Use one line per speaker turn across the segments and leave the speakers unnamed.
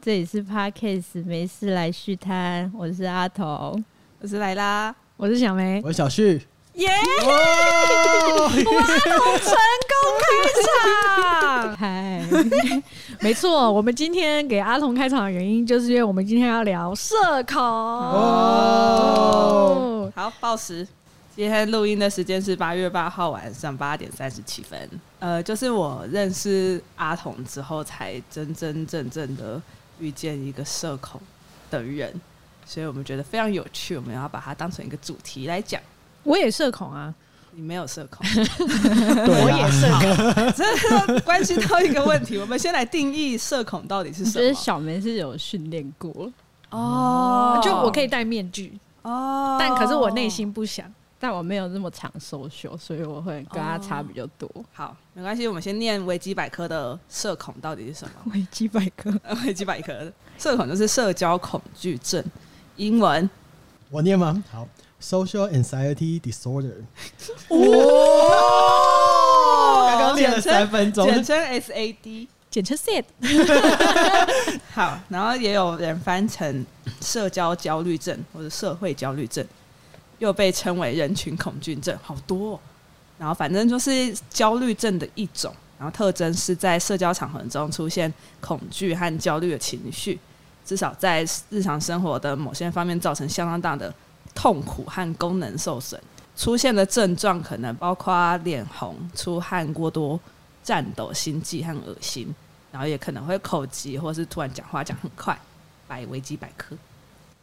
这里是 Parkes，没事来续摊，我是阿童，
我是来啦，
我是小梅，
我是小 旭，
耶、
哦，
成功开场。
嗨，
没错，我们今天给阿童开场的原因，就是因为我们今天要聊社恐。
哦
好，报时。今天录音的时间是八月八号晚上八点三十七分。呃，就是我认识阿童之后，才真真正正的遇见一个社恐的人，所以我们觉得非常有趣，我们要把它当成一个主题来讲。
我也社恐啊，
你没有社恐，
对啊，
这关系到一个问题。我们先来定义社恐到底是
我
什
觉得
么？
小梅是有训练过，
哦
就我可以戴面具，
哦，
但可是我内心不想。
但我没有那么常收秀，所以我会跟她差比较多。
好，没关系，我们先念维基百科的社恐到底是什么？
维基百科，
维基百科，社恐就是社交恐惧症，英文。
我念吗？好，Social Anxiety Disorder，
哦
刚刚练了三分钟，
简称 SAD。
简称 sad，
好，然后也有人翻成社交焦虑症或者社会焦虑症，又被称为人群恐惧症，好多、哦。然后反正就是焦虑症的一种，然后特征是在社交场合中出现恐惧和焦虑的情绪，至少在日常生活的某些方面造成相当大的痛苦和功能受损。出现的症状可能包括脸红、出汗过多、颤抖、心悸和恶心。然后也可能会口急，或是突然讲话讲很快。百维基百科，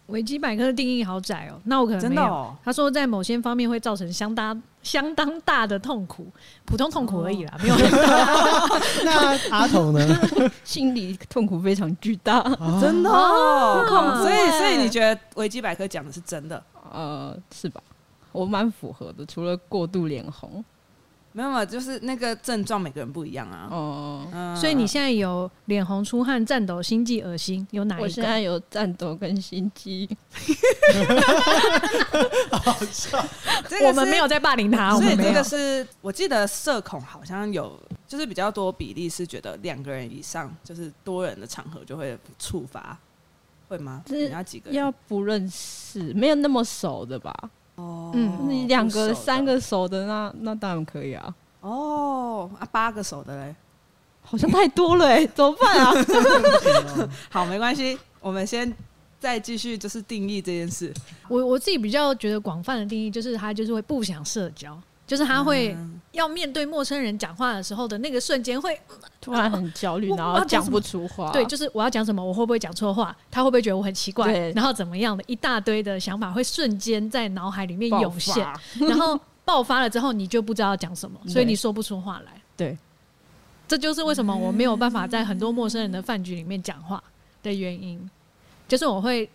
维基百科的定义好窄哦，那我可能
真
没
的
有。
哦，
他说，在某些方面会造成相当相当大的痛苦，普通痛苦而
哦
已啦， 没有很大。
那阿童 呢？
心理痛苦非常巨大。
啊
真的哦，
恐怖
所以
欸
所以你觉得维基百科讲的是真的？
呃，是吧？我蛮符合的，除了过度脸红。
没有嘛，就是那个症状每个人不一样啊。
哦、
嗯
所以你现在有脸红、出汗、颤抖、心悸、恶心，有哪
呃我
一
现
个？
在有战斗跟心机，
这个是
我们没有，在霸凌他，我
所以
们没
这
有
个。是我记得社恐好像有，就是比较多比例是觉得两个人以上，就是多人的场合就会触发，会吗？
这
你要几个人？
要不认识，没有那么熟的吧？
哦
嗯
你两
不
个、
熟的
三个熟的，那那当然可以啊。
哦啊，八个手的嘞。
好像太多了、欸， 怎么办啊？
好，没关系，我们先再继续就是定义这件事。
我我自己比较觉得广泛的定义就是，他就是会不想社交，就是他会
嗯
要面对陌生人讲话的时候的那个瞬间会，
突然很焦虑，
我
然
我
后
要讲
讲
什么
不出话。
对，就是我要讲什么，我会不会讲错话，他会不会觉得我很奇怪
对，
然后怎么样的一大堆的想法会瞬间在脑海里面
爆
涌现，
发
然后爆发了之后，你就不知道讲什么，所
对
以你说不出话来。
对，
这就是为什么我没有办法在很多陌生人的饭局里面讲话的原因，就是我会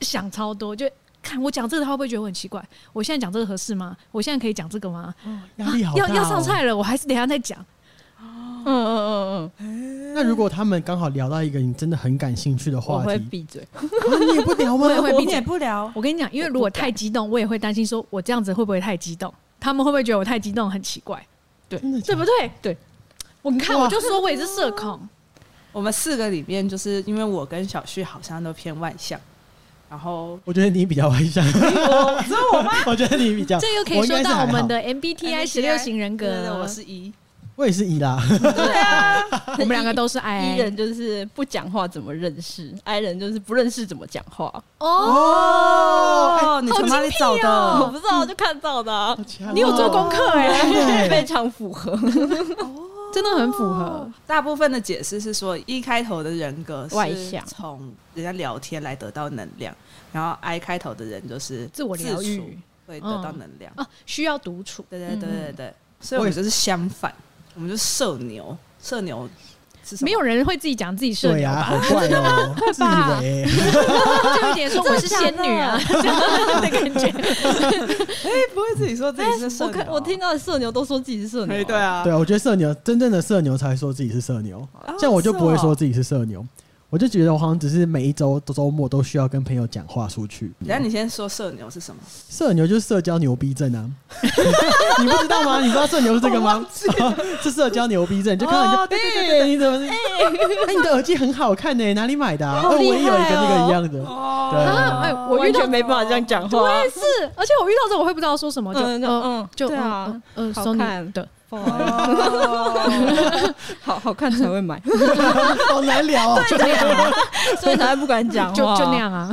想超多，就看我讲这个他会不会觉得我很奇怪？我现在讲这个合适吗？我现在可以讲这个吗？
压力好大
要
哦
要上。菜了，我还是等一下再讲。
嗯嗯嗯嗯，
那如果他们刚好聊到一个你真的很感兴趣的
我
话
会
题，
闭嘴。
啊你也不聊吗？
我也会闭嘴
不聊，
我跟你讲，因为如果太激动，我也会担心说我这样子会不会太激动？他们会不会觉得我太激动很奇怪？
真的假
对
的
不对？
对，
我看
哇
我就说我也是社恐，
我们四个里面，就是因为我跟小旭好像都偏外向，然后
我觉得你比较外向，
哦
我只有我妈
我觉得你比较，
这又可以说到我们的
应
MBTI
该
十
是还好
六型人格
对对对，我是一，
我也是伊啦，
对啊，
我们两个都是
一
I
人就是不讲话怎么认识，I 人就是不认识怎么讲话。
哦。
哎
哦，你从哪里找的？
我不知道，就看到的啊、
哦
你有做功课哎、
哦 非常符合。
真的很符合。
大部分的解释是说，一开头的人格是
外向
从人家聊天来得到能量，然后 I 开头的人就是
自我疗愈嗯
处会得到能量。
啊，需要独处。
对对对对对，所以
我
我
也
们就是相反，我们就是社牛，社牛是什么
没有人会自己讲自己社
对
牛
呀，
吧？
好怪哦， 自以为欸。
哦就有点说我是仙女啊 这样的感觉。
哎不会自己说自己是社
我
牛啊、
看我听到的社牛都说自己是社牛、
哎对啊，哦
对啊，我觉得社牛真正的社牛才会说自己是社牛，像我就不会说自己是社牛，我就觉得我好像只是每一周都周末都需要跟朋友讲话出去。
等下你先说社牛是 什么？
社牛就是社交牛逼症啊， 你不知道吗？你不知道社牛是这个吗？ 是社交牛逼症，你就看到你就
哦对对
哎，你怎么？哎，你的耳机很好看呢，哪里买的啊？
好
哦我
厉害哦
也有一个那个一样的。对
哦，
啊，哎，我遇
完
到
全没办法这样讲话。啊
对是，而且我遇到这我会不知道说什么，就呃
嗯就嗯
就
对啊
嗯嗯，
好
收你
看
的，
好好看才会买，
好难聊哦。
所以才不敢讲话。
就就那，样啊。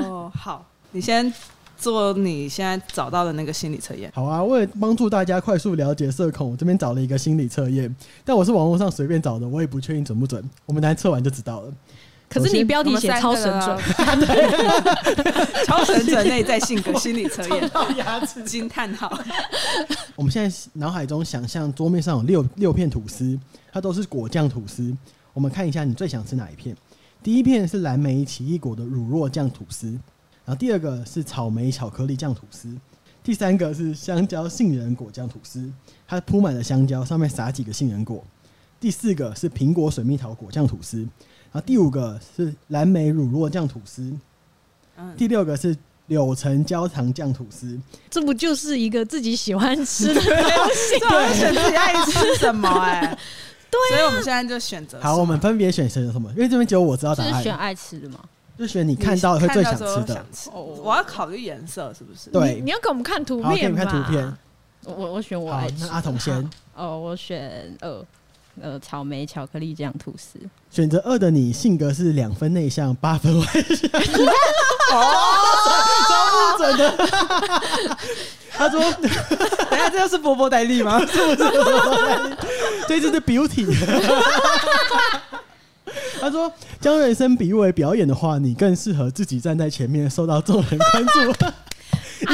哦，好，你先做你现在找到的那个心理测验。
好啊，为了帮助大家快速了解社恐，我这边找了一个心理测验，但我是网络上随便找的，我也不确定准不准。我们来测完就知道了。
可是
首
你
先
标题写超神
我
准
们，啊 超神准内在性格心理测 验，
牙齿。
惊叹号！
我们现在脑海中想象桌面上有六六片吐司，它都是果酱吐司。我们看一下你最想吃哪一片？第一片是蓝莓奇异果的乳酪酱吐司，然后第二个是草莓巧克力酱吐司，第三个是香蕉杏仁果酱吐司，它铺满了香蕉，上面撒几个杏仁果。第四个是苹果水蜜桃果酱吐司，然后第五个是蓝莓乳酪酱吐司，
嗯，
第六个是柳橙焦糖酱吐司，
这不就是一个自己喜欢吃的？
这我要选自己爱吃什么哎、
啊
对、所以我们现在就选择
好，我们分别选择什么？因为这边只有我知道答
就是选
案，
爱吃的嘛。
就选你看到会最想
看
吃
到之后
的。
想吃
哦
我要考虑颜色是不是？
对
你要给我们看图
好，给你
片吧，
们看图片。
我我我选我
好
爱，吃
那。
啊
阿童先
哦，我选二，呃，草莓巧克力酱吐 司。
选择二的你，性格是两分内向，八分外向。哦，超不准的。他说哎
等一下这就是波波代理 吗？：“
这次是 beauty。”他说：“将人生比喻为表演的话，你更适合自己站在前面，受到众人关注，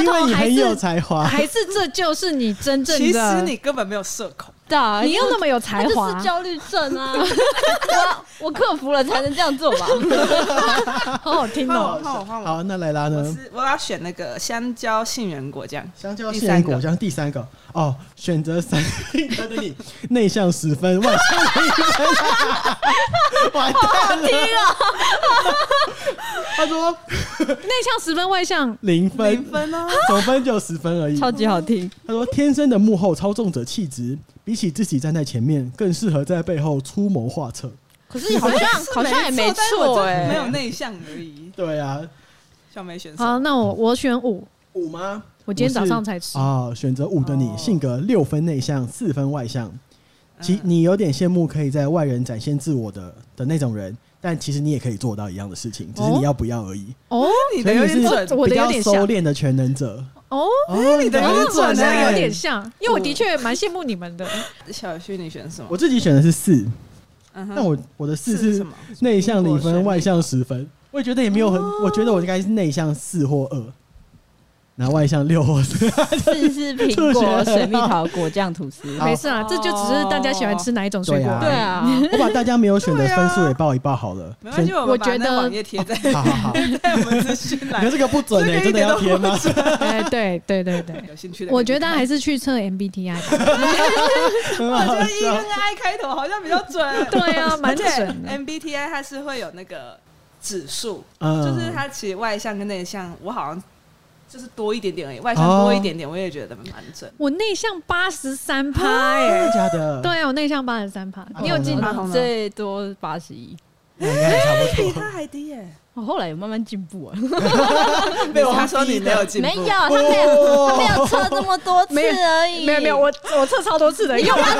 因为你很有才华。
还是这就是你真正的？
其实你根本没有社恐，
大
你又那么有才
就是
华，
焦虑症 啊！我我克服了才能这样做吧。
好好听
换
哦
我，。换我，换我。
好，那莱拉呢？
我是我要选那个香蕉杏仁果酱，
香蕉杏仁果酱第三个哦，选择三 个的你，内向十分，外向零分，完蛋了。哦他说
内向十分，外向
零
零
分，
分哦。
总分就十分而 已。
超
他
级好听，
说天生的幕后操纵者气质，比起自己站在前面，更适合在背后出谋划策。
可是好像好像也没
但是我
错
就
哎，
没有内向而已。
对啊，
小梅选手
好，那我我选五，
五吗？
我今天早上才吃。
啊、选择五的你，
哦
性格六分内向，四分外向。其
嗯
你有点羡慕可以在外人展现自我的的那种人，但其实你也可以做到一样的事情，只是
哦
你要不要而已。
哦
你
所
的
以
有
你是
点准，
我
比
的有
较
点
收
像
敛的全能者。
哦，
哦，你
的
感觉
有点
准
我
准
真的
欸
有点像，因为我的确蛮羡慕你们的。
小旭，你选什么？
我自己选的是四，
嗯哼
但我我的四
四是
是
什么？
内向零
苹果水
分，
蜜
外向十分。我也觉得也没有很，
哦
我觉得我应该是内向四或二，然后外向六或 四。
四是苹果水蜜桃果酱吐司。
好
没事啊，这就只是大家喜欢吃哪一种水果
哦
而已。
对啊，
我把大家没有选的
对啊
分数也报一报好了。
没啊关系，我们把
我觉
那
得
网页贴在
好好好，你
在我们资讯
看
栏，
这个不准哎、真
这个
的
一点
要
都不
贴吗？
哎，对对对对，
有兴趣的可以去看。
我觉得还是去测 MBTI 吧。
很
我觉
好
得 E
笑
跟。I 开头好像比较准，
对啊，蛮
而且
准的。
MBTI 它是会有那个指数，
嗯
就是它其实外向跟内向，我好像就是多一点点而已，外向多一点点，我也觉得蛮准。
我内向八十三趴哎，
真的假的？
对啊，我内向八十三趴。你有进
啊哦
然后呢
啊最多八十一。
那应该也差不多。
比 他还低耶！
我后来有慢慢进步啊，
没有，他说你没有进步，
没有，他没有，他没有测这么多次而已。
哦没有没有，我我测超多次的，因为我没有，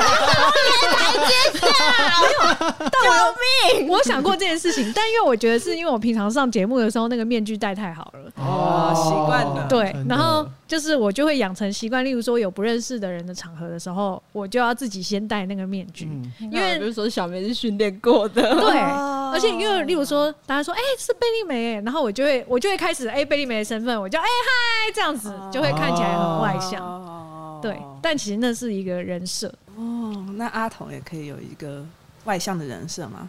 但我有我想过这件事情，但因为我觉得是因为我平常上节目的时候那个面具戴太好了。
哦习惯了
对
啊真，的
然后就是我就会养成习惯，例如说有不认识的人的场合的时候，我就要自己先戴那个面具。
嗯
因为比如说小梅是训练过的，
对，而且因为例如说大家说哎、是贝利梅耶，然后我就会我就会开始哎、贝利梅的身份，我就哎、嗨这样子，
哦
就会看起来很外向。
哦
对，但其实那是一个人设。
哦，那阿童也可以有一个外向的人设吗？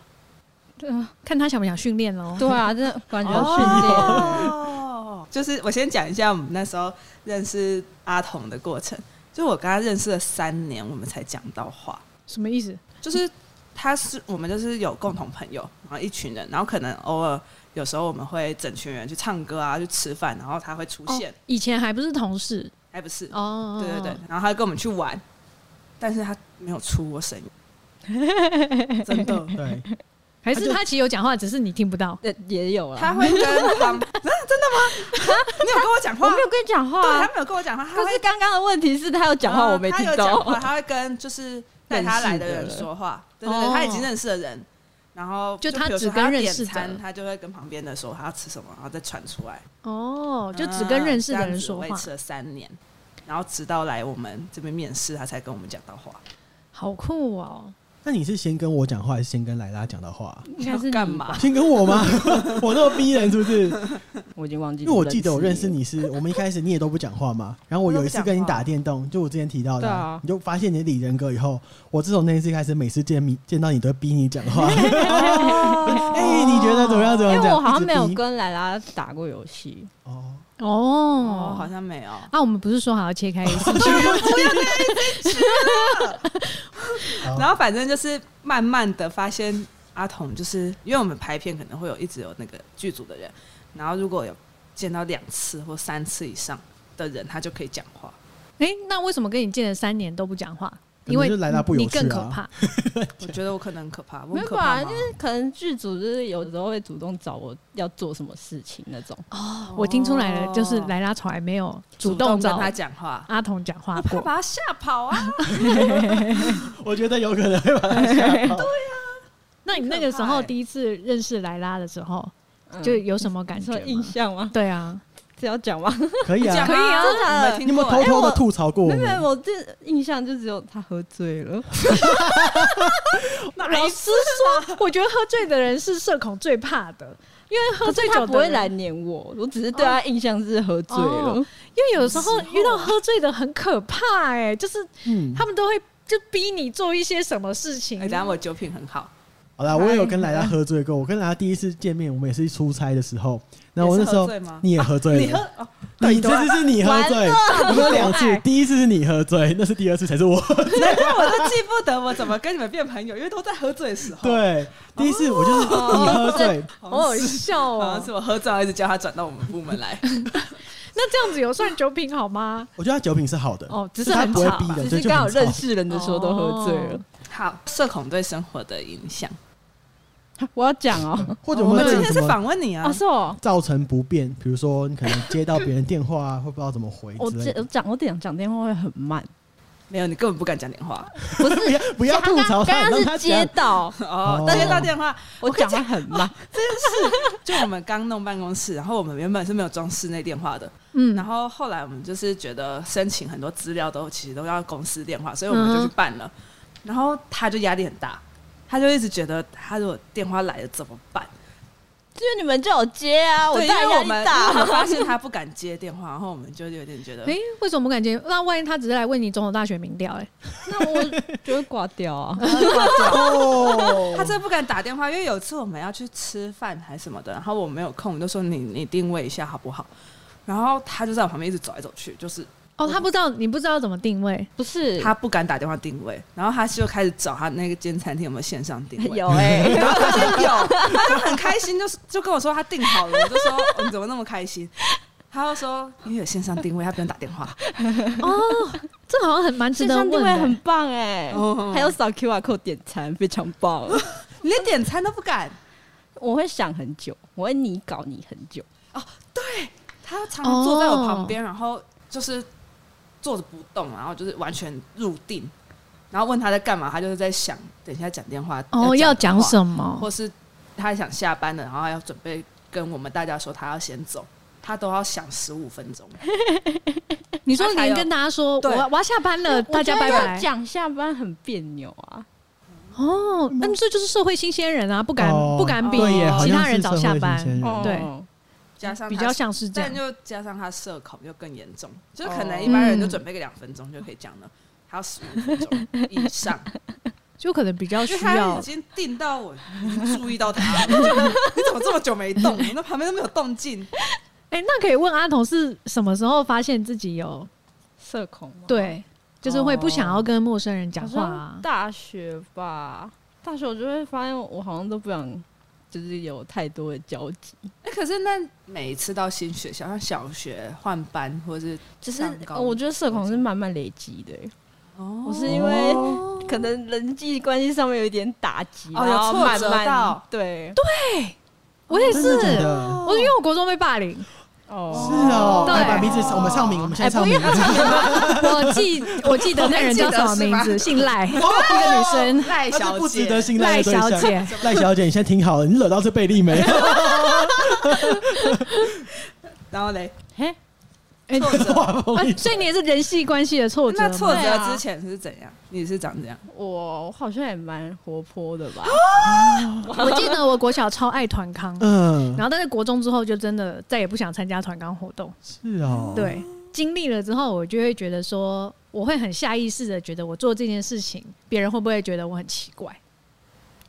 对啊，
看他想不想训练 喽。
对啊，这感觉要训练。
哦，就是我先讲一下我们那时候认识阿童的过程。就我跟他认识了三年，我们才讲到话。
什么意思？
就是他是我们就是有共同朋友，然后一群人，然后可能偶尔有时候我们会整群人去唱歌啊，去吃饭，然后他会出现，
哦以前还不是同事
还不是，
哦，
对对对，然后他会跟我们去玩，但是他没有出过声音，真的，
嗯
对， 他
还
啊
是
就
他其实有讲话，只是你听不到。
呃也有
他
啊，
会跟 旁，啊真的吗？你有跟我讲
我
话
没？有跟你讲话
对，
啊、
他没有跟我讲话，他
可
会
是刚刚的问题是啊他有讲话，
呃
我没听
他 有讲
到
话，。他会跟就是带他来的人 说话，对对
哦
对，他已经认识的人，然后
就他
比如说
只跟
要
认
点
识的
餐，他就会跟旁边的说他要吃什么，然后再传出来，
哦，就只跟认识的人说
啊这
话
样子维，持了三年，然后直到来我们这边面试，他才跟我们讲到话。
好酷哦！
那你是先跟我讲话，还是先跟莱拉讲的话？
应该是你
干嘛
吧？
先跟我吗？ 我那么逼人是不是？
我已经忘记，
因为我记得我认识，你是我们一开始你也都不讲话嘛，然后我有一次跟你打电动，就我之前提到的
对
啊，
啊
你就发现你理人格以后，我自从那一次开始，每次见你见到你都会逼你讲 话，哎，你觉得怎么样？怎么
因
样？
为我好像没有
一直逼
跟莱拉打过游戏，
哦，
哦，好
哦，
像没有，
啊，我们不是说好要切开一 次？
好
然后反正就是慢慢的发现阿童，就是因为我们拍片可能会有一直有那个剧组的人，然后如果有见到两次或三次以上的人，他就可以讲话。
哎，那为什么跟你见了三年都不讲话？
可能
因为
就莱拉不有
你
趣啊
更可怕。
我觉得我可能很可怕，我
没
很
有
可
吧？
怕
因
吗？
为可能剧组就是有时候会主动找我要做什么事情那种，
哦我听出来了，就是莱拉从来没有主动
动跟
找
他讲话，
阿童讲话
我怕
过。
把他吓跑啊！
我觉得有可 能会把他吓跑。
那你那个时
啊很可怕
候
欸
第一次认识莱拉的时候，
嗯
就有什么感
你
觉
说
吗？
印象 吗？
对啊，
这要讲吗？
可以啊
讲，
可以啊
真的
真的
没
你
听
有没有
过
偷
欸
偷的吐槽过我
没有没
们
有，？我这印象就只有他喝醉 了，
哪
老
一
师说，我觉得喝醉的人是社恐最怕的，因为喝
可
醉
是
酒
他
的
不会
人
来，撵我，我只是对他印象是喝醉了
哦。因为有时候遇到喝醉的很可怕哎、就是
嗯，
他们都会就逼你做一些什么事情。
哎，等下我酒品很好，
好啦，我也有跟莱拉喝醉过。我跟莱拉第一次见面，我们也是出差的时候，然后我那时候
也是喝醉吗
你也喝醉
你
了
喝，哦
你这次是你喝醉，我们有两次，第一次是你喝醉，那是第二次才是我。
难怪我都记不得我怎么跟你们变朋友，因为都在喝醉的时候。，
对，第一次我就是你喝醉，
好
好好
像是
笑
好
哦
像、是我喝醉，然后一直叫他转到我们部门来。
那这样子有算酒品好吗？
我觉得他酒品啊是好的，
哦，只
就是他
很
不会
吵
逼人，
只
所
是
以就
刚好
很吵
认识人的时候都喝醉了。
好，社恐对生活的影响，
我要讲 哦，
或者
我
们
们今天
什
是
么
访问你啊
啊，，是哦，
造成不便，比如说你可能接到别人电话啊，会 不知道怎么回
我
之类
这我
的。
讲我讲讲电话会很 慢，
没有，你根本不敢讲电话。
不是
不要不要吐槽他，
刚刚
让
是
他
接
讲。
到，
哦
哦，
接到电话，
我讲话很 慢，
就我们刚弄办公室，然后我们原本是没有装室内电话的，
嗯
然，后后来我们就是觉得申请很多资料都其实都要公司电话，所以我
嗯
们就去办了。然后他就压力很大，他就一直觉得他如果电话来了怎么办？
就是你们叫我接啊，
对，因
当然
为
压
我
力
们因为我
大
们。发现他不敢接电话，然后我们就有点觉得，
哎、为什么不敢接？那万一他只是来问你总统大学民调、哎，
那 我就会挂掉啊。
呃
哦，
他真的不敢打电话，因为有一次我们要去吃饭还是什么的，然后我没有空，我就说你你定位一下好不好？然后他就在我旁边一直走来走去，就是
哦，他不知道，你不知道怎么定位，
不是
他不敢打电话定位，然后他就开始找他那个间餐厅有没有线上定 位，
有哎，
然后发现有，他就很开心，就是就跟我说他订好了，我就说、哦你怎么那么开心？他就说哦因为有线上定位，他不用打电话。
哦这 好像很蛮值
线
得
上
问
定
的、
位很棒哎
哦，
还有扫 QR code 点餐，非常棒。
你连点餐都不敢
我会想很久，我会你搞你很久。
哦，对他常常坐在我旁
哦
边，然后就是坐着不动，然后就是完全入定，然后问他在干嘛，他就是在想等一下讲电话
哦，要讲
么，
什么？
或是他想下班了，然后要准备跟我们大家说他要先走，他都要想十五分钟。
你说
他才
你
有
跟大家说，我
对
我要下班
呃
了，大家拜拜。
讲下班很别扭啊，
哦，那这就是社会新鲜人啊，不敢、
嗯哦
不敢比
对耶
其他人早下班，
嗯
哦
对
加上
比
他
较像是这样。
但就加上他社恐又更严重，就
哦
可能一般人就准备个两分钟就可以讲了，还要十五分钟以上，
就可能比较
因
哦需
为他
要
已经定到我，已经注意到他了，就是你怎么这么久没动？那旁边都没有动静，
哎、那可以问阿童是什么时候发现自己有
社恐吗？，
对，就是会不想要跟陌生人讲
好
话、
像
啊。
大学吧，大学我就会发现我好像都不想，就是有太多的交集，
哎、可是那每一次到新学校，像小学换班或者是
只是
上高
哦我觉得社恐是慢慢累积的、
哦
我是因为可能人际关系上面有一点打击，
哦有
然后
挫
慢
折
慢
到
对
我也
真
是
的，假的？
我是因为我国中被霸 凌，
是
哦，
哦，
对
哎把鼻子，我们唱名，我们现在
哎，
唱
不
名
用，我记我记得那人叫什么名字，姓赖，一
哦
个女生，
赖
她
小
是不值
姐，
得信赖的对象
赖小 姐，
赖小姐，你现在听好了，你惹到是贝利没？啊
然后嘞，
哎，哎
挫折。
哇不好
哎
意思
所以你也是人际关系的挫折
哦那
吗，
挫
对
折
啊
之前是怎样？你是长这样？
我好像也蛮活泼的吧，
哦
我记得我国小超爱团康，
嗯，
然后但是国中之后就真的再也不想参加团康活动。
是哦，，
对，经历了之后，我就会觉得说，我会很下意识的觉得我做这件事情，别人会不会觉得我很奇怪？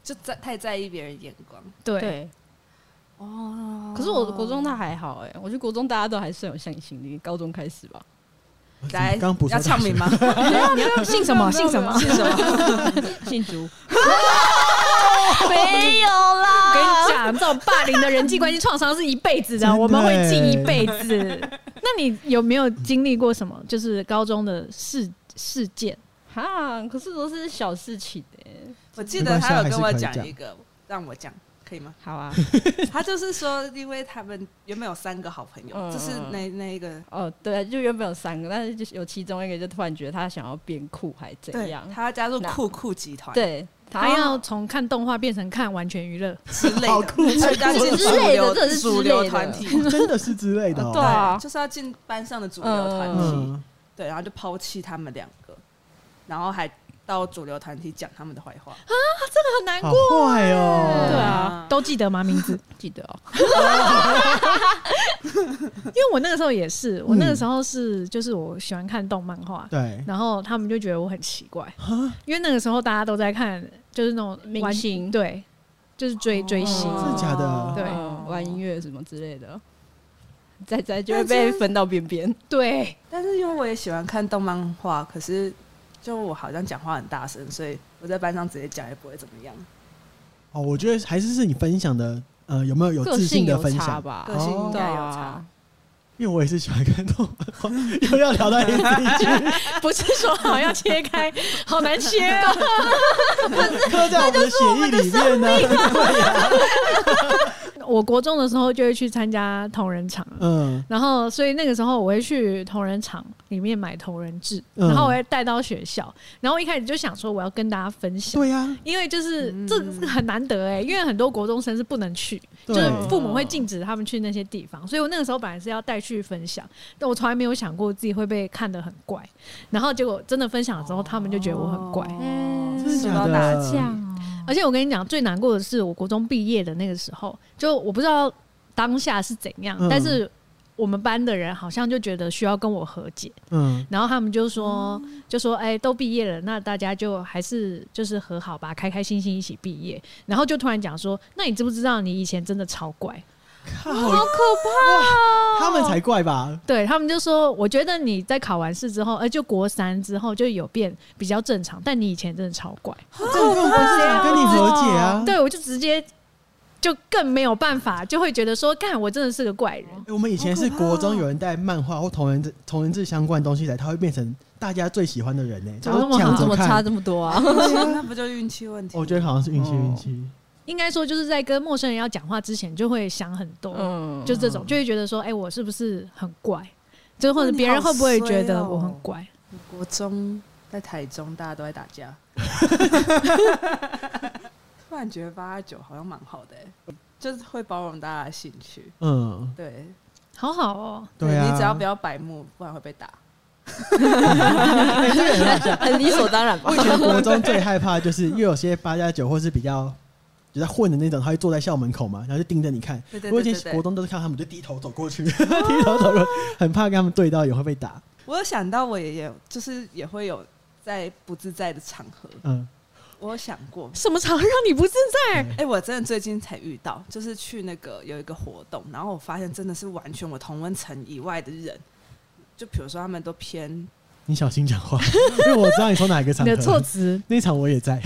就在太在意别人眼光
对，
对。
哦
可是我国中他还好哎、我觉得国中大家都还算有向心力，高中开始吧。
来
刚补
要唱名吗？
你 要姓什么？姓什么？
是什么？
姓朱，
没有啦！我跟你讲，这种霸凌的人际关系创伤是一辈子
真
的，
的欸
我们会记一辈子。 那你有没有经历过什么？就是高中的事事件？
哈，可是都是小事情哎、
我记得他有跟我
没关
讲
系还是可以讲
一个，让我讲可以吗？
好啊，
他就是说，因为他们原本有三个好朋友，
嗯
就是那那一个，
哦对，就原本有三个，但是就是有其中一个就突然觉得他想要变酷，还怎
对
样，？
他要加入
那
酷酷集团，
对，
他要从看动画变成看完全娱乐，
之类
好
的，
酷
所以他
之
进主
类的
流
这是之
主流
类的
团体，
真的是之类的哦，
对啊
就是要进班上的主流团体，
嗯，
对，然后就抛弃他们两个，然后还到主流团体讲他们的坏话，
很难
好坏哦，
对啊
都记得吗？名字？
记得哦，
因为我那个时候也是，我那个时候是就是我喜欢看动漫画，
对，
然后他们就觉得我很奇怪，因为那个时候大家都在看就是那种
明
玩
星哦
对，就是追追星，
真的假的
对
嗯玩音乐什么之类的，仔仔就会被分到边边。
对，
但是因为我也喜欢看动漫画，可是就我好像讲话很大声，所以我在班上直接讲也不会怎么样。
哦，我觉得还是是你分享的，呃，有没有有
个
自信
性
的
有
分
差
享？
吧，
个性应
对
该有差
啊，，
因为我也是喜欢看动画，又要聊到 A C 剧，
不是说好要切开，好难切哦，
刻在我们的血液里面呢。对啊
我国中的时候就会去参加同人场，啊
嗯，
然后所以那个时候我会去同人场里面买同人志，
嗯
然后我会带到学校，然后我一开始就想说我要跟大家分享。
对呀，
因为就是、这个很难得哎、因为很多国中生是不能去，就
对
是父母会禁止他们去那些地方，所以我那个时候本来是要带去分享，但我从来没有想过自己会被看得很怪，然后结果真的分享了之后，他们就觉得我很怪。
嗯
真的
受
假
到打击
的？
啊
而且我跟你讲，最难过的是我国中毕业的那个时候，就我不知道当下是怎样，
嗯
但是我们班的人好像就觉得需要跟我和解，
嗯，
然后他们就说，就说，哎、都毕业了，那大家就还是就是和好吧，开开心心一起毕业。然后就突然讲说，那你知不知道你以前真的超怪？
好可怕！他们才怪吧？
对他们就说，我觉得你在考完试之后，呃，就国三之后就有变比较正常，但你以前真的超怪。
这个根本不是想跟你和解啊！
哦对我就直接就更没有办法，就会觉得说，干，我真的是个怪人。
欸我们以前是国中有人带漫画或同人志、同人志相关的东西来，他会变成大家最喜欢的人呢、欸，
怎么那
然后抢
么好
怎
着
么差
看。
这么多啊？
那不就运气问题？
哦我觉得好像是运气，
哦
运气。
应该说，就是在跟陌生人要讲话之前，就会想很多，
嗯，
就这种，哦就会觉得说，哎、我是不是很怪？就或者别人会不会觉得我很怪？
国中在台中大家都在打架，突然觉得八八九好像蛮好的、欸，就是会包容大家的兴趣。
嗯，
对，
好好哦，
对啊，
你只要不要白目，不然会被打。
欸这个很好笑
很理所当然吧
我以？前国中最害怕的就是，因为有些八加九或是比较就在混的那种，他会坐在校门口嘛，然后就盯着你看。
对对
我
对
以
对
前国
对，
中都是看他们就低头走过 去，低头走过去，很怕跟他们对到眼会被打。
我有想到我也有，就是也会有在不自在的场合，
嗯，
我有想过，
什么常让你不自 在？
哎、我真的最近才遇到，就是去那个有一个活动，然后我发现真的是完全我同温层以外的人，就比如说他们都偏
你小心讲 话，因为我知道你从哪一个场
你
合。
的措辞
那一场我也 在。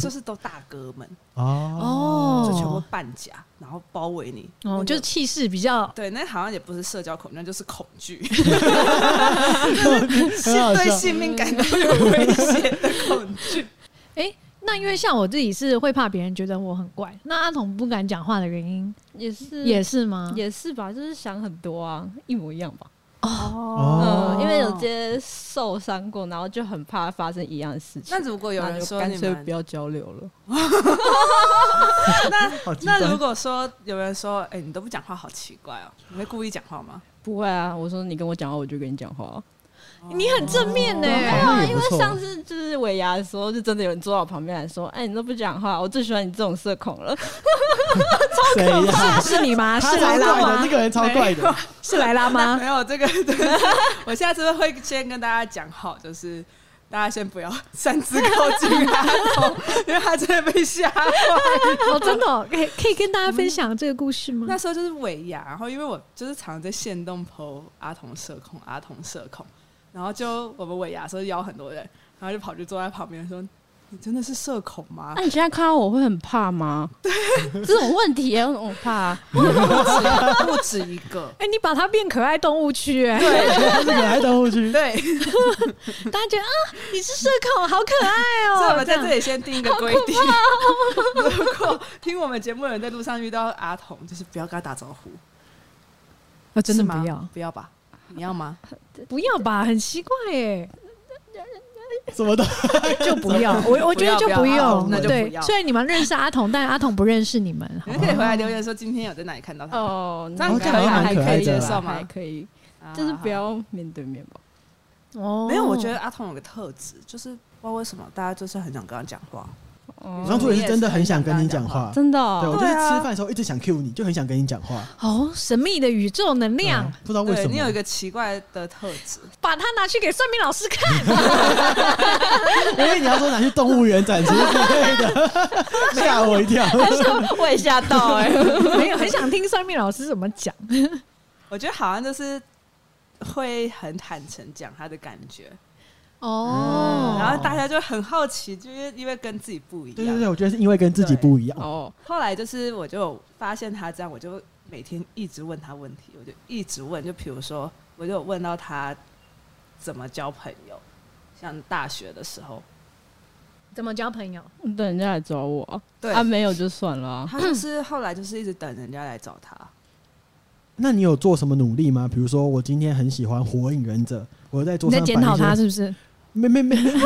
就是都大哥们，
哦
就全部
哦
半甲，然后包围你。那
哦，
个
就是气势比较
对，那好像也不是社交恐惧，那就是恐惧，是
很好
对
笑。
性命感到有危险的恐惧。
哎。那因为像我自己是会怕别人觉得我很怪，那阿童不敢讲话的原因
也是
嗯也是啊吗？
也是吧，就是想很多啊，一模一样吧。
哦
嗯，因为有些受伤过，然后就很怕发生一样的事情。
那如果有
那
人
就
说你
干脆不
们，
要交流了。
好极端
那如果说有人说，哎、你都不讲话，好奇怪哦，你会故意讲话吗？
不会啊，我说你跟我讲话，我就跟你讲话啊。
你很正面呢、
没有
哦那
啊，
也
因
不
为
错
上次就是尾牙的时候，就真的有人坐到我旁边来说：“哎、你都不讲话，我最喜欢你这种社恐了。
谁呀？
是你吗？
他
啊是莱
超怪
拉
的，那
吗？
个人 超怪的。
是莱拉吗
没？有这个，对 我下次会先跟大家讲好，就是大家先不要擅自靠近阿童， 因为他真的被吓坏。
哦，真的、哦，可以可以跟大家分享这个故事吗
那？时候就是尾牙，然后因为我就是常常在线动剖阿童社恐，阿童社恐，然后就我们尾牙的时候邀很多人，然后就跑去坐在旁边说：“你真的是社恐吗
那、你现在看到我会很怕吗？对，这种问题也很怕、啊。？”
不止一个，
哎、你把它变可爱动物区、哎，
他是可爱动物 区。
对，
大家觉得啊，你是社恐，好可爱
所
哦、
以我们在
样
这里先定一个规定：如果听我们节目的人在路上遇到阿童，就是不要跟他打招呼，
啊，真的
是吗
不要，
不要吧？你要吗？
不要吧，很奇怪哎、
什么的，
就不 要。我我觉得就
不要
用，
好那就不
对。
要
虽然你们认识阿童，但阿童不认识你们。好
你们可以回来留言说今天有在哪里看到他，
哦，
这样
可
可以
以
吗
还
可
可
爱
以
的
接
啦
受吗？还可以，
啊
就是不。要面对面吧。
哦
嗯没有，我觉得阿童有个特质，就是不知道为什么大家就是很想跟他讲话。
哦
张主也是真的很想跟你讲话。
真的
对，我
哦、
就是
对
吃
啊
饭的时候一直想 cue 你，就很想跟你讲话。
哦，神秘的宇宙能量
嗯，不知道为什
对
么
你有一个奇怪的特质，
把它拿去给算命老师看。
因为你要说拿去动物园展示之类的， 吓我一跳。
我也吓到哎、
没有，很想听算命老师怎么讲。
我觉得好像就是会很坦诚讲他的感觉，
哦，
然后大家就很好奇，就是因为跟自己不一 样。
对对对，我觉得是因为跟自己不一样。
哦，
后来就是我就发现他这样，我就每天一直问他问题，我就一直问，就比如说，我就有问到他怎么交朋友，像大学的时候，
怎么交朋友？
等人家来找我啊，
对
啊没有就算了、啊。
他就是后来就是一直等人家来找他，
那你有做什么努力吗？比如说，我今天很喜欢《火影忍者》，我在
你
桌
在
上
检讨
摆
他
一些
是不是？
没没 没，
什么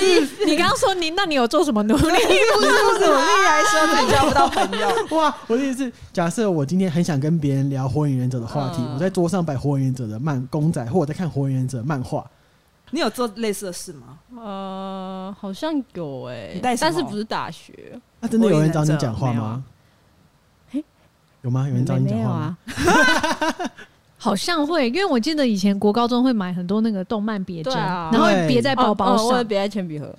意思？你刚刚说你，那你有做什么努力？
不是努 力来说自己交不到朋友，
哇！我的意思是，假设我今天很想跟别人聊《火影忍者》的话题，
嗯
我在桌上摆《火影忍者》的漫公仔，或我在看《火影忍者》漫画，
你有做类似的事吗？
呃，好像有哎、
你带什
但
么
是不是大学？
那真的有人找你讲话
火影忍者没有啊
吗？有吗？有人找你讲
没有
话吗？
啊？
好像会，因为我记得以前国高中会买很多那个动漫别针，
对啊
然后会别在包
哦
包
哦我也
上。
别在铅笔盒。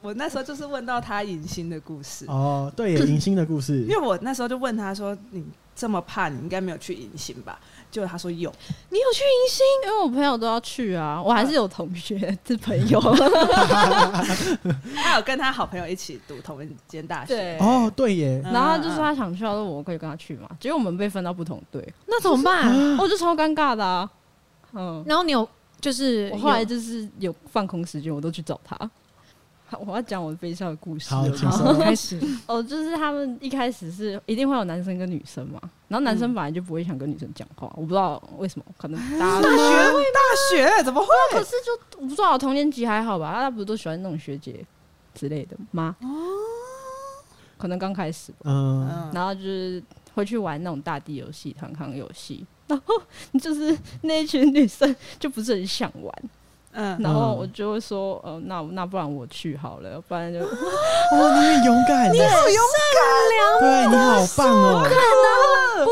我那时候就是问到他隐形的故事，
哦，对耶，迎新的故事
因为我那时候就问他说：“你这么怕，你应该没有去隐形吧？”结果他说有，
你有去迎新？因为我朋友都要去啊，我还是有同 学是朋友。
嗯
他有跟他好朋友一起读同一间大学，
对，
哦，对耶，
嗯
然后他就说他想去，他说我可以跟他去嘛。结果我们被分到不同队，
那怎么办？
我就超尴尬的啊。嗯，
然后你有就是
我后来
有
就是有放空时间，我都去找他。 好我要讲我悲伤的故事了
好
吗。
请
好开始，
哦，就是他们一开始是一定会有男生跟女生嘛，然后男
嗯
生本来就不会想跟女生讲话，我不知道为什么，可能大家
大学大学怎么会？
可是就我不知道童年级还好吧，大家不是都喜欢那种学姐之类的吗？可能刚开始吧，
嗯，
哦嗯，
然后就是会去玩那种大地游戏、团康游戏，然后 就是那一群女生就不是很想玩，
嗯，
然后我就会说，呃，那那不然我去好了，不 然就
哇，哦你很勇敢，你好勇敢，对你好棒哦，
不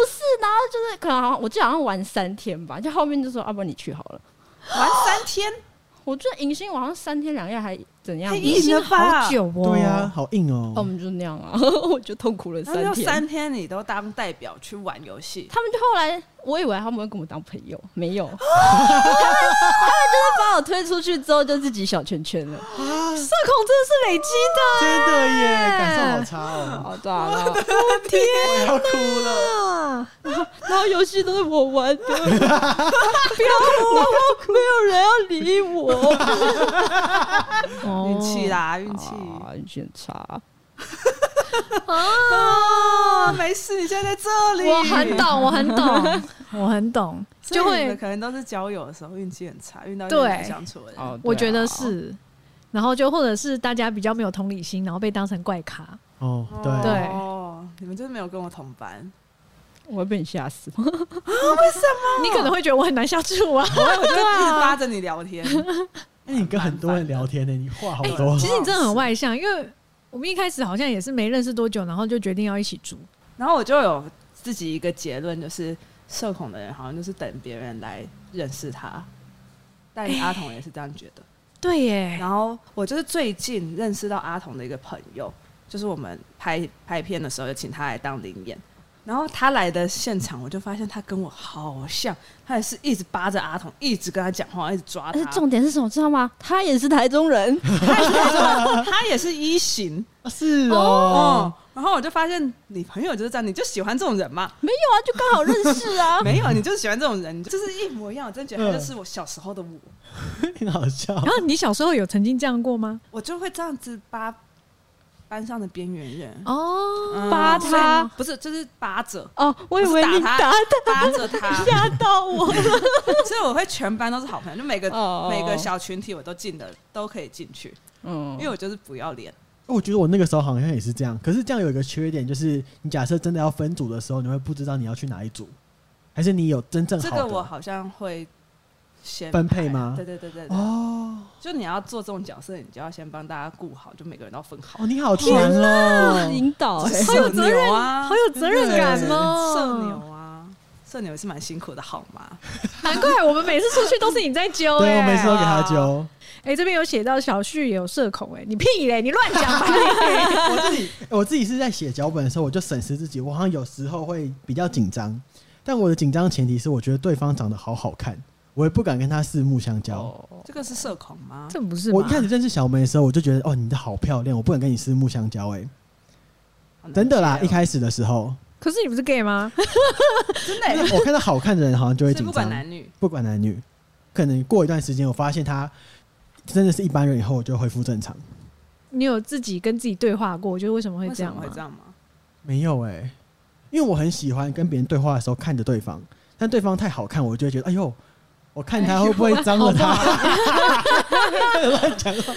是，然后就是可能好像我记得好像玩三天吧，就后面就说，要、不然你去好了。
玩三天，
我觉得迎新我好像三天两夜还怎样
太
的？
硬了吧
好久哦，
对呀、 好硬哦、
哦，我们就那样啊， 我就痛苦了
他们
三
要
天。
三天你都当代表去玩游戏，
他们就后来，我以为他们会跟我当朋友，没有，他们他们就是把我推出去之后就自己小圈圈了。社
啊，
恐真的是累积的，
真的耶，感受好差哦、
好的、啊，然后
我要哭了。
啊，
然后游戏都是我玩的，不要哭，然后没有人要理我，
哦
运气啦，运气
啊，运气很差。
啊，没事，你现在在这里，
我很懂，我很懂，我很懂，
所以
就
你
会
们可能都是交友的时候运气很差，遇到一个难相处的人。
哦，
我觉
对
得
啊，
是。然后就或者是大家比较没有同理心，然后被当成怪咖。
哦，对，
对
哦，你们就是没有跟我同班，
我会被你吓死。
你可能会觉得我很难相处啊。
我就一直扒着你聊天，
那哎你跟很多人聊天呢、你话哦好多。
哎
其实你真的很外向，因为我们一开始好像也是没认识多久，然后就决定要一起住。
然后我就有自己一个结论，就是社恐的人好像就是等别人来认识他，但阿童也是这样觉得。
对耶，
然后我就是最近认识到阿童的一个朋友，就是我们拍拍片的时候，有请他来当灵演。然后他来的现场，我就发现他跟我好像，他也是一直扒着阿童，一直跟他讲话，一直抓
而且
他。
重点是什么，知道吗？他也是台中人，
他也是一型
啊是哦，
哦。然后我就发现你朋友就是这样，你就喜欢这种人嘛？
没有啊，就刚好认识啊。
没有，你就是喜欢这种人，你就是一模一样。我真觉得他就是我小时候的我，
挺好笑。
然后你小时候有曾经这样过吗？
我就会这样子扒班上的边缘人，
哦，
嗯
扒
所以
他
不是就是扒着。
哦，我以
不是
为
打
你
他
打
扒着他，
吓到我了。
所以我会全班都是好朋友，就每个
哦
每个小群体我都进的都可以进去，
嗯
因为我就是不要脸。
我觉得我那个时候好像也是这样，可是这样有一个缺点，就是你假设真的要分组的时候，你会不知道你要去哪一组，还是你有真正
这
好
个
的
我好像会先
分配
排
吗
对对对对对，
哦
就你要做这种角色，你就要先帮大家顾好，就每个人都分好。
哦，你好强哦！
引导、欸，
社牛啊，
好有责任感哦，
社牛啊，社牛也是蛮辛苦的，好吗？
难怪我们每次出去都是你在 揪
对，
哎、
我每次都给他
啊
揪，
哎、这边有写到小旭也有社恐哎、你屁嘞，你乱 讲吧你。
我自己我自己是在写脚本的时候，我就审视自己，我好像有时候会比较紧张，但我的紧张前提是我觉得对方长得好好看，我也不敢跟他四目相交。
哦
这个是社恐吗？
这不是吧
我一开始认识小梅的时候，我就觉得哦，你的好漂亮，我不敢跟你四目相交、哎，真的
啊
啦，一
哦
开始的时候，
可是你不是 gay 吗？
真的欸，
我看到好看的人好像就会
所以
紧
不
张
管，男女，
不管男女，可能过一段时间我发现他真的是一般人以后，我就恢复正常。
你有自己跟自己对话过，就是为什么会
为
这
什
样
么
吗
会？这样吗？
没有哎、因为我很喜欢跟别人对话的时候看着对方，但对方太好看，我就会觉得哎呦，我看他会不 会脏了他？乱讲话，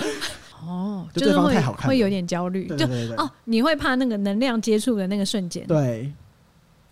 哦，
就是对方
会
太好看了
会有点焦虑，
对
就
对 对对
哦，你会怕那个能量接触的那个瞬间。
对，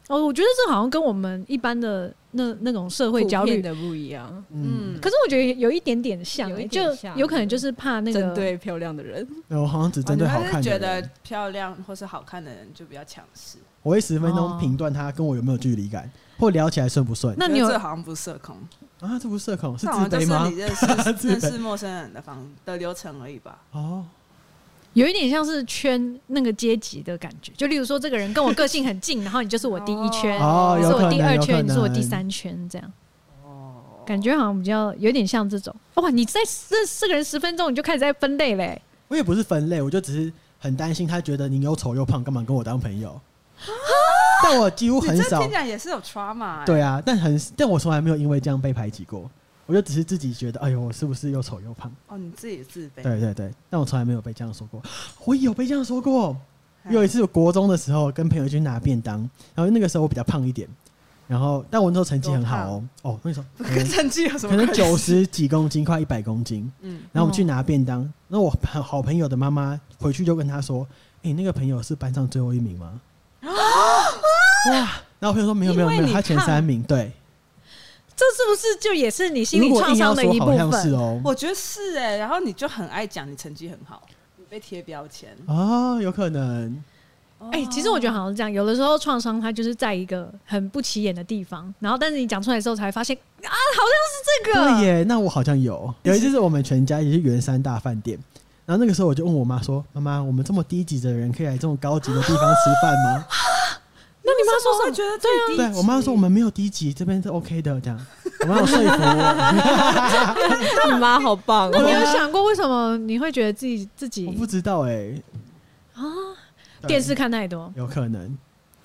哦，我觉得这好像跟我们一般的那那种社会焦
普遍
虑，
的不一样，
嗯，
可是我觉得有一点点像、
有
欸，
一
就
点像
有可能就是怕那
针
个。
对漂亮的 人，
对我好像只针对好
哦
看
你们是
的
觉
人
得漂亮或是好看的人就比较强势。
我会十分钟
哦
评断他跟我有没有距离感，或聊起来顺不顺。
那你有
我觉得这好像不是社恐，
啊，这不是社恐，是
这
自
好像就
卑
是
吗
你？认 识
自卑
认识陌生人的方的流程而已吧。
哦，
有一点像是圈那个阶级的感觉，就例如说，这个人跟我个性很近，然后你就是我第一圈，
哦
你是
有可
我
能
第二
有可
圈，
能
你是我第三圈，这样
哦，
感觉好像比较有点像这种。哇，你在认识这个人十分钟，你就开始在分类嘞、
我也不是分类，我就只是很担心他觉得你又丑又胖，干嘛跟我当朋友？但我几乎
啊你
很
这
少
听起，来也是有 trauma 欸。
对啊，但很，但我从来没有因为这样被排挤过。我就只是自己觉得，哎呦，我是不是又丑又胖？
哦，你自己自卑。
对对对，但我从来没有被这样说过。我有被这样说过，
哎
有一次我国中的时候跟朋友去拿便当，然后那个时候我比较胖一点，然后但我那时候成绩很好哦，哦，那时候
不跟成绩有什么
可能
关系
九，十几公斤，快一百公斤。
嗯，
然后我们去拿便当，那我朋好朋友的妈妈回去就跟他说：“哎、那个朋友是班上最后一名吗？”
啊
哇！然后我朋友说：“没有没有没
因
有，
为你
他前
胖
三名。”对，
这是不是就也是你心
如
理
果
创
硬要
伤的一
说，
部
好像是
分？
哦。
我觉得是哎。然后你就很爱讲你成绩很好，你被贴标签。
哦啊，有可能。
哎、其实我觉得好像是这样，有的时候创伤它就是在一个很不起眼的地方，然后但是你讲出来之后才发现啊，好像是这个
对耶，那我好像有。有一次是我们全家也是圆山大饭店，然后那个时候我就问我妈说：“妈妈，我们这么低级的人可以来这么高级的地方吃饭吗
那你妈说
我
什
会
么？
觉得对？”
对我妈说：“我们没有低级，这边是 OK 的。”这样，我妈有说服我，
你妈好棒
那
哦！
你有想过为什么你会觉得自己自己
啊我不知道哎
啊
对
电视看太多？
有可能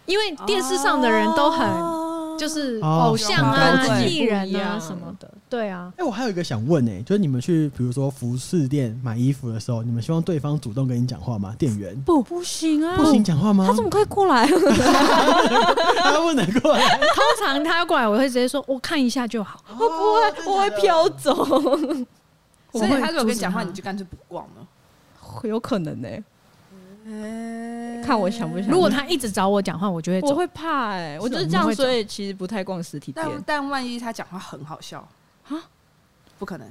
因为电视上的人都很、 就是
哦
偶像
很高
啊、
级
艺人
不一
啊
样
什么的，对啊。
哎、我还有一个想问哎、就是你们去比如说服饰店买衣服的时候，你们希望对方主动跟你讲话吗？店员
不不行啊
不行，讲话吗？
他怎么可以过来？
他不能过来？
通常他要过来，我会直接说我看一下就 好。
我不会，我会飘走，
所
我
以
会
他
阻
如果跟
止
你讲话，
他
你就干脆不逛了。
有可能呢、看我想不想。
如果他一直找我讲话，我就会
我
走。
会怕哎、我就是
是
这
我
样，
会走
所以其实不太逛实体店。
但但万一他讲话很好笑
啊，
不可 能。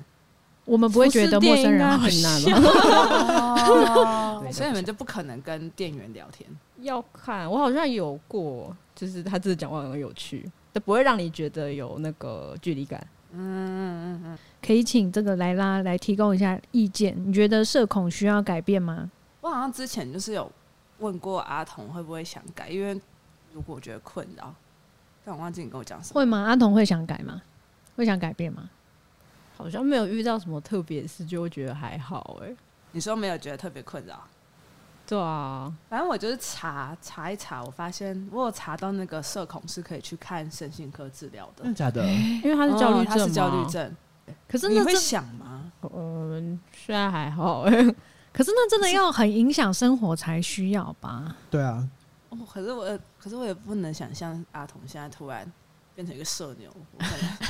我们不会觉得陌生人好
服饰
笑
店应该很难吧？
对
哦所以你们就不可能跟店员聊天。
要看，我好像有过，就是他真的讲话很有趣，但不会让你觉得有那个距离感。
嗯嗯嗯，
可以请这个莱拉来提供一下意见。你觉得社恐需要改变吗？
我好像之前就是有问过阿童会不会想改，因为如果我觉得困扰，但我忘记你跟我讲什么。
会吗？阿童会想改吗？会想改变吗？
好像没有遇到什么特别的事，就会觉得还好哎、
你说没有觉得特别困扰，
对啊，
反正我就是查查一查，我发现我有查到那个社恐是可以去看身心科治疗的
真的，假的？
因为嗯他是焦虑症、
嗯他是焦虑。症，
可是
你
那
会
真，
想吗？
嗯，虽然还好哎、
可是那真的要很影响生活才需要吧？
对啊，
哦，可是我，可是我也不能想象阿童现在突然变成一个社牛，我可 能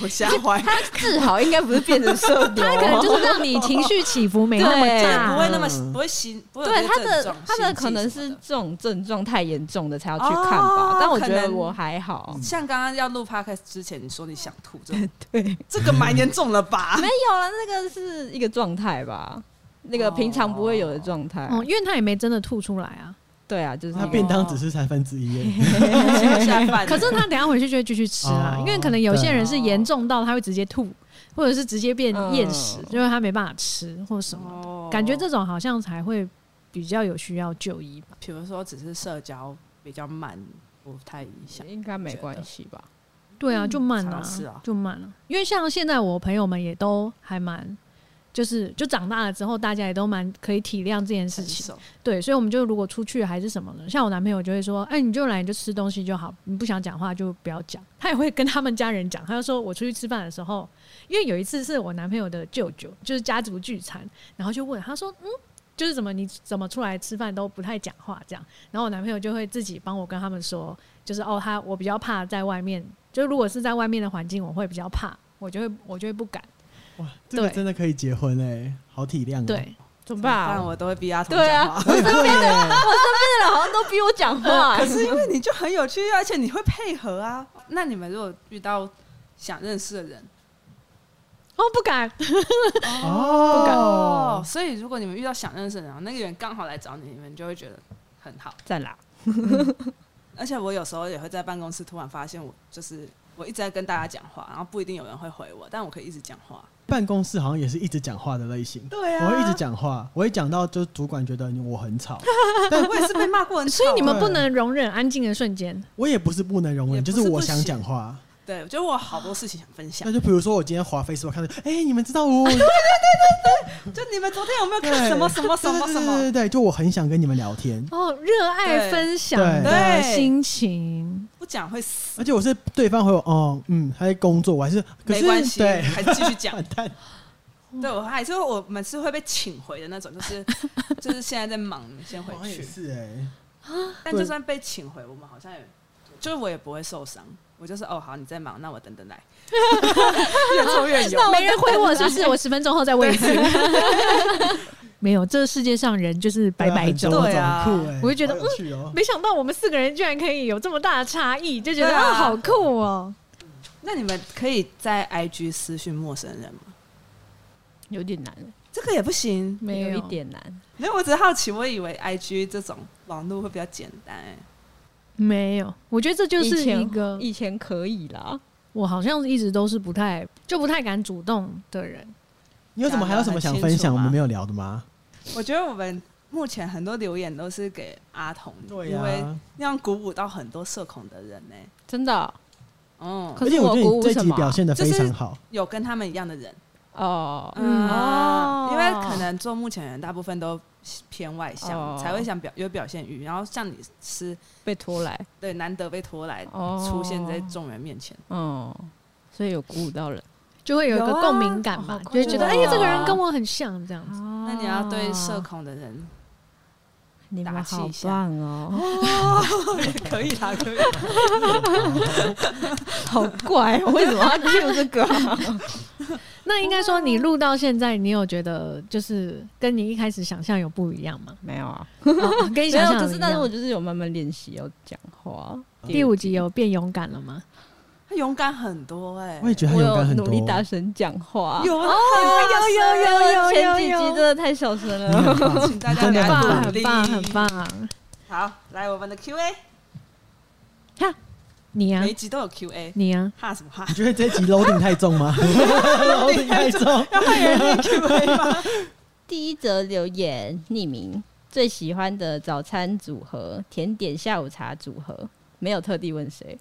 我吓坏，
治好应该不是变成社牛，
他可能就是让你情绪起伏没那么
对
大，
不会那么
嗯
不会心，不会有
对
这
他
些症
的
状
他的
心悸
可能
什么
是
的
这种症状太严重的才要去看吧，
哦
但我觉
可
得
能
我还好，
像刚刚要录 podcast 之前，你说你想吐，这种
对，
这个蛮严重 了吧？
没有了，那个是一个状态吧，那个平常不会有的状态。
哦，因为他也没真的吐出来啊。
对啊，就是
他
那个
便当只是三分之一欸耶，
下 饭，
可是他等一下回去就会继续吃啦，
哦
因为可能有些人是严重到他会直接吐，或者是直接变厌食，
嗯
因为他没办法吃或什么。
哦
感觉这，种好像才会比较有需要就医吧。
比如说只是社交比较慢，不太影响。
应该没关系吧？
对啊，就慢
常
了、
常是啊
就慢了、因为像现在我朋友们也都还蛮，就是就长大了之后，大家也都蛮可以体谅这件事
成
情。
熟
对，所以我们就如果出去还是什么的，像我男朋友就会说：“哎、你就来，你就吃东西就好，你不想讲话就不要讲。”他也会跟他们家人讲，他就说我出去吃饭的时候，因为有一次是我男朋友的舅舅，就是家族聚餐，然后就问他说：“嗯，就是怎么你怎么出来吃饭都不太讲话这样？”然后我男朋友就会自己帮我跟他们说，就是哦，他我比较怕在外面，就如果是在外面的环境，我会比较怕，我就会我就会不敢。
哇，这个
对
真的可以结婚哎，好体谅哦。
对，
嗯怎么
但
办？
我都会逼他同
哦对啊
讲话。
我也 会耶。
真的好像都逼我讲话
可，是因为你就很有趣，而且你会配合啊。那你们如果遇到想认识的人，
哦，不敢，
哦
哦，所以如果你们遇到想认识的人，然后那个人刚好来找你，你们就会觉得很好。
在啦，
而且我有时候也会在办公室突然发现我，就是我一直在跟大家讲话，然后不一定有人会回我，但我可以一直讲话。
办公室好像也是一直讲话的类型。
对啊
我会一直，讲话，我会讲到就是主管觉得我很吵，
我也是被骂过很
所以你们
对
不能容忍安静的瞬间。
我也不是不能容
也
忍，
不
就是是我想讲话。
对，我觉得我好多事情想分享
那。就比如说我今天滑 Facebook 看到，哎、你们知道我
就你们昨天有没有
嗯对
看什么什么什么什
对对
么？
对对，就我很想跟你们聊天，
哦，热爱
对
分享
对
的
对
心情，
不讲会死，
而且我是对方回我，哦，嗯，他在工作，我还是可
没
是
关系，
对，
还继续讲。
完蛋，
对我还是会我们是会被请回的那种，就是就是现在在忙，你先回
我也
去。
是哎、
但就算被请回，我们好像也就是我也不会受伤，我就是哦好你在忙，那我等 等来，越做越有。
没人回我是不 是？我十分钟后再问一次。 没有，这世界上人就是百百种。
对啊
对啊很酷哎、
我就觉得嗯
好有趣哦、
没想到我们四个人居然可以有这么大的差异，就觉得
对啊
啊，好酷哦！
那你们可以在 IG 私讯陌生人吗？
有点难。
这个也不行。
没
有
有
一点难。
没有，我只是好奇，我以为 I G 这种网络会比较简单、欸。
没有，我觉得这就是
以前
一个
以前可以啦，
我好像一直都是不太就不太敢主动的人。
你有什么还有什么想分享我们没有聊的吗？
我觉得我们目前很多留言都是给阿童的，
对
因
呀、
为那样鼓舞到很多社恐的人呢、欸。
真的哦
嗯，
可
而
是
且
我
我觉得
鼓
你
舞
这
什
集
么
表现的非
就是
常好，
有跟他们一样的人，
哦，
嗯，
哦
因为可能做幕前的人大部分都偏外向，
哦
才会想表有表现欲。然后像你是
被拖来
对难得被拖来、
哦，
出现在众人面前，
哦，所以有鼓舞到人。
就会有一个
有啊
共鸣感吧，
好酷
就会觉得
哦
哎、这个人跟我很像这样子。
那
那你要对社恐的人、
你
打
们
气
好
一下
棒哦，
可以啦，可以。
好怪哦，为什么要救这个啊？？
那应该说，你录到现在，你有觉得就是跟你一开始想象有不一样吗
没有啊，
哦跟
没
你想
有。
象有
可
一
是，
样
但是我就是有慢慢练习要讲话。
第五集有变勇敢了吗？
他勇敢很多哎、
我也觉得他
我
勇
有
敢很
努
多。
力大声讲话。
有啊，很大声
前几集真的太小声
你
了。
很棒
请大家
真的
给
很
他
棒，
鼓
很
励
棒，很棒！
好，来我们的 Q A，
你呀、啊
每一，集都有 Q A，
你啊呀、
怕什么怕
你？觉得这集 loading 太重吗 ？loading 太重，
要害人念 Q A 吗？
第一则留言匿名，最喜欢的早餐组合，甜点下午茶组合，没有特地问谁。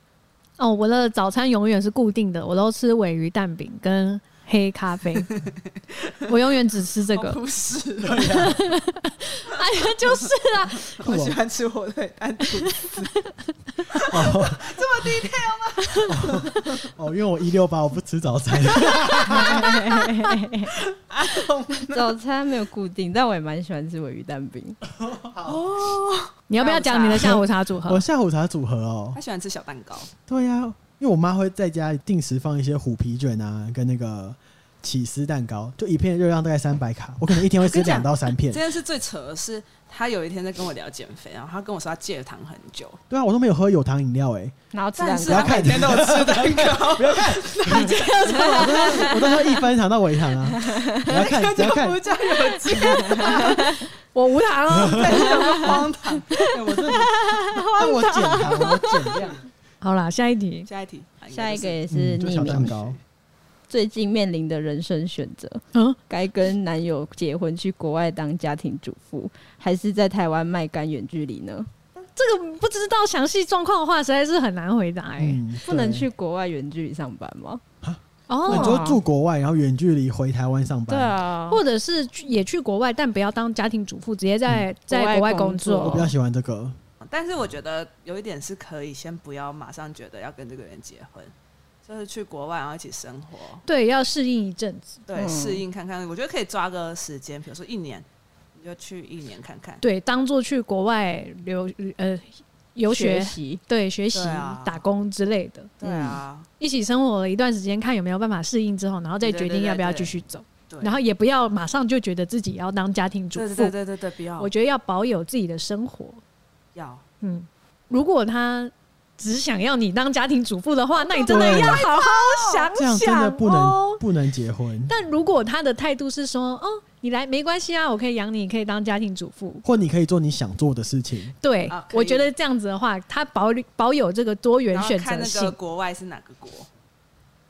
哦，我的早餐永远是固定的，我都吃尾鱼蛋饼跟黑咖 啡，我永远只吃这个。
不是，
哎呀，就是啊，
酷
我喜
哦
欢吃火腿蛋吐司。
哦， 因为我一六八我不吃早餐，
早餐没有固定，但我也蛮喜欢吃鲔鱼蛋饼。
你要不要讲你的下午茶组合
我？下午茶组合哦
他。喜欢吃小蛋糕，
对呀、因为我妈会在家里定时放一些虎皮卷啊，跟那个起司蛋糕，就一片热量大概三百卡，我可能一天会吃
我跟你讲
两到三片
这。件事最扯的是，他有一天在跟我聊减肥，然后他跟我说他戒了糖很久，
对啊，我都没有喝有糖饮料哎、
然后吃蛋
但是
糕
他每天都有吃蛋糕，不要看，
我都喝一分糖到微糖啊。你要看，你
这
要看
不，叫有戒，
我无糖 哦。
这是什么荒唐？
哎我真的，但哎我减糖，我减量，
好啦，下一题。
下一题，啊
下一个，也 是
嗯，就
匿
小蛋
名，
糕。
最近面临的人生选择，
嗯，
该跟男友结婚去国外当家庭主妇，还是在台湾卖干远距离呢？
这个不知道详细状况的话，实在是很难回答哎、
嗯，
不能
对
去国外远距离上班吗？
那
哦
你说住国外，然后远距离回台湾上班？
对啊，
或者是去也去国外，但不要当家庭主妇，直接在、在嗯国
国
外
外
工
工作
我
作
比。较喜欢这个。
也是但是我觉得有一点是可以先不要马上觉得要跟这个人结婚。就是去国外，然后一起生活，
对，要适应一阵子。
对，
嗯
适、应看看。我觉得可以抓个时间，比如说一年，你就去一年看看。
对，当做去国外留呃游 学，
习，
对学习、
对啊
打工之类的，
对啊，
一起生活了一段时间，看有没有办法适应之后，然后再决
对对
定
对
要不要
对
继续走。
对
然后也不要马上就觉得自己要当家庭主
对
妇。
对对对对，不要，
我觉得要保有自己的生活。
要
嗯，如果他只想要你当家庭主妇的话，
哦
那你真的
对
要好好想
这样真
想
的不能、
哦。
不能结婚，
但如果他的态度是说，哦，你来没关系啊，我可以养你，可以当家庭主妇。
或你可以做你想做的事情。
对，
啊可以
我觉得这样子的话，他保保有这个多元
然后
选
看
择
那
性
个。国外是哪个国，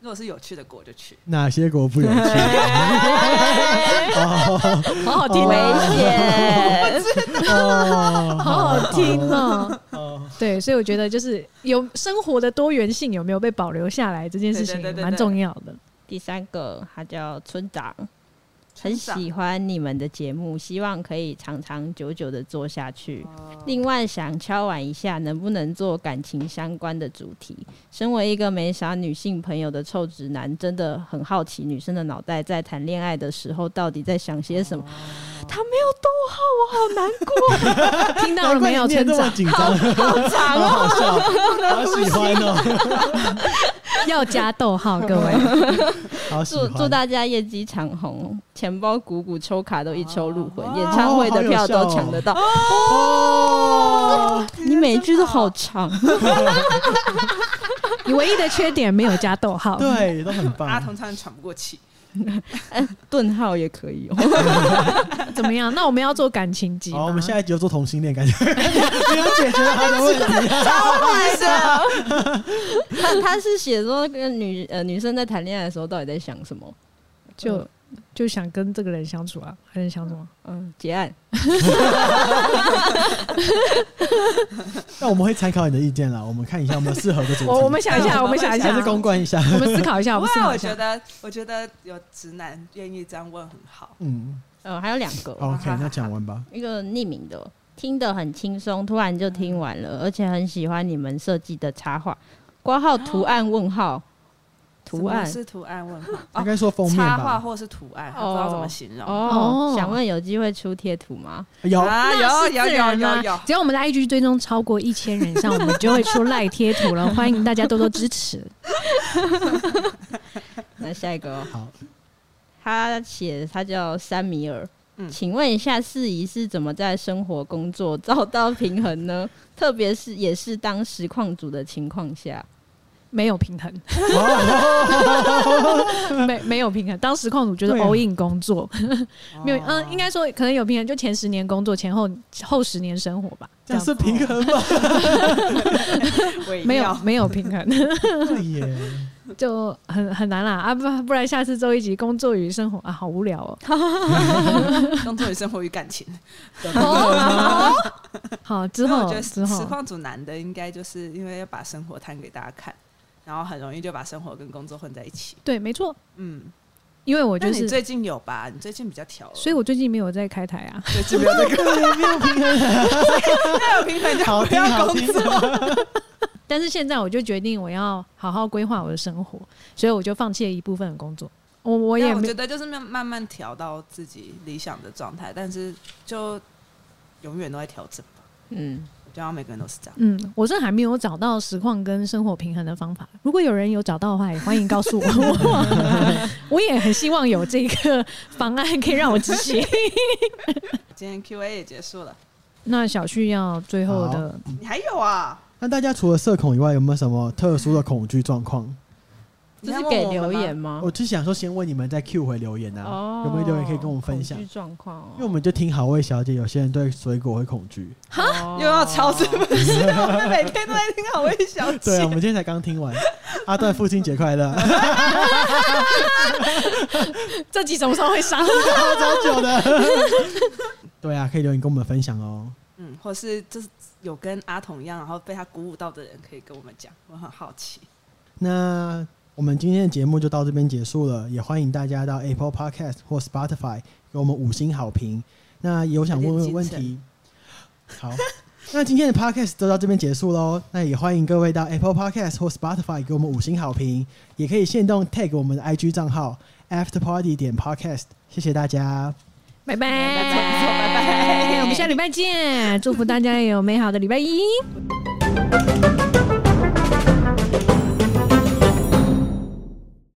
如果是有趣的国就去。
哪些国 不有趣？哦
好好听
危
哦，
险。
哦，
好好听哦。
哦，
对，所以我觉得就是有生活的多元性有没有被保留下来这件事情
对对对对
蛮重要的。
第三个，他叫村长，
村
很
长
喜欢你们的节目，希望可以长长久久的做下去。另外，想敲碗一下，能不能做感情相关的主题？身为一个没啥女性朋友的臭直男，真的很好奇女生的脑袋在谈恋爱的时候到底在想些什么。他没有逗号，我好难
听到了没有，
难怪
村
你念这么
长？
紧张，
过，长
哦
好好 笑，好喜欢哦，
要加逗号，各 位。
好喜
祝
欢。
祝大家业绩长虹，钱包鼓鼓，抽卡都一抽入魂，
哦
演唱会的票都抢得到。
哦
哦，你每一句都好长，
你唯一的缺点没有加逗号。
对，都很
阿
棒。
童差点喘不过气，
顿号也可以哦、
怎么样？那我们要做感情集吗？
好，我们下一集就做同性恋，感觉 没有解决到他的 问题。
他他是写说跟女呃女生在谈恋爱的时候到底在想什么？
就就想跟这个人相处啊，还能想什么？
嗯，结案。
那我们会参考你的意见啦，我们看一下我们适合的主题。
我我们想一下，我们想
嗯
一
哎还
下
是，公关一下。
我们思考一 下，我们
不会
思
啊，
考
我
一
觉
下。
得我觉得有直男愿意这样问很好。
嗯
呃，还有两个，
，OK，那讲完吧。
一个匿名的，哦听得很轻松，突然就听完了，而且很喜欢你们设计的插画，挂号图案问号，图案
什么是图案问号，
应
哦
该说封面
插画
吧，
或是图案，我不知道怎么形容。
哦
哦。
想问有机会出贴图吗？
有
啊，
那
有
是
有
自
有
然啊
有有，
只要我们的 IG 追踪超过一千人以上，我们就会出赖贴图了，欢迎大家多多支持。
那下一个、哦，
好，
他写他叫三米尔。
嗯
请问一下，四姨是怎么在生活工作找到平衡 呢？特别是也是当实况组的情况下，
没有平衡，
哦
没没有平衡。当时况主就是
对啊
all in 工作，没有，
哦
嗯，应该说可能有平衡，就前十年工作，前后后十年生活吧，
这
这
样
样哦
是平衡吗？
我也
没有
要
没有平衡，
对耶，
就很很难啦啊！不不然下次周一集工作与生活啊，好无聊 哦。
工作与生活与感情。
好，之
哦那我
后
觉得
之
实
后
况组难的，应该就是因为要把生活摊给大家看，然后很容易就把生活跟工作混在一起。
对，没错，
嗯，
因为我就
但你
是，
最近有吧？你最近比较调了，
所以我最近没有在开台啊。
最 近没有这个
对，没有平衡，
没有平衡，就
好
不
听
要
好
工
听。
作。
但是现在我就决定我要好好规划我的生活，所以我就放弃了一部分的工作。我我
我
也
我
没
觉得就是慢慢慢调到自己理想的状态，但是就永远都在调整吧。
嗯，
我觉得每个人都是这样。
嗯，我是还没有找到实况跟生活平衡的方法。如果有人有找到的话，也欢迎告诉我。我 我也很希望有这个方案可以让我执行。
今天 Q&A 也结束了，
那小旭要最后的
你还有啊？
那大家除了社恐以外，有没有什么特殊的恐惧状况？
你
这
在
是
问
给
我们
留
吗
言吗
我？就想说，先问你们在 Q 回留言啊，
啊哦
有没有留言可以跟我们分享
恐惧状况哦？
因为我们就听好味小姐，有些人对水果会 恐惧。
哈
又要抄是不是？我们每天都在听好微小姐。
对啊，我们今天才刚听完。 阿段父亲节快乐，
这集什么时候会上？
超久的。 对啊，可以留言跟我们分享哦。
嗯，或是就是有跟阿童一样，然后被他鼓舞到的人，可以跟我们讲，我很好奇。
那我们今天的节目就到这边结束了，也欢迎大家到 Apple Podcast 或 Spotify 给我们五星好评。那有想问问问
有点
题，好， 那今天的 Podcast 就到这边结束喽。那也欢迎各位到 Apple Podcast 或 Spotify 给我们五星好评，也可以限动 tag 我们的 IG 账号 After Party 点 Podcast。谢谢大家，
拜拜，
拜拜拜
我们下礼拜见。祝福大家有美好的礼拜一。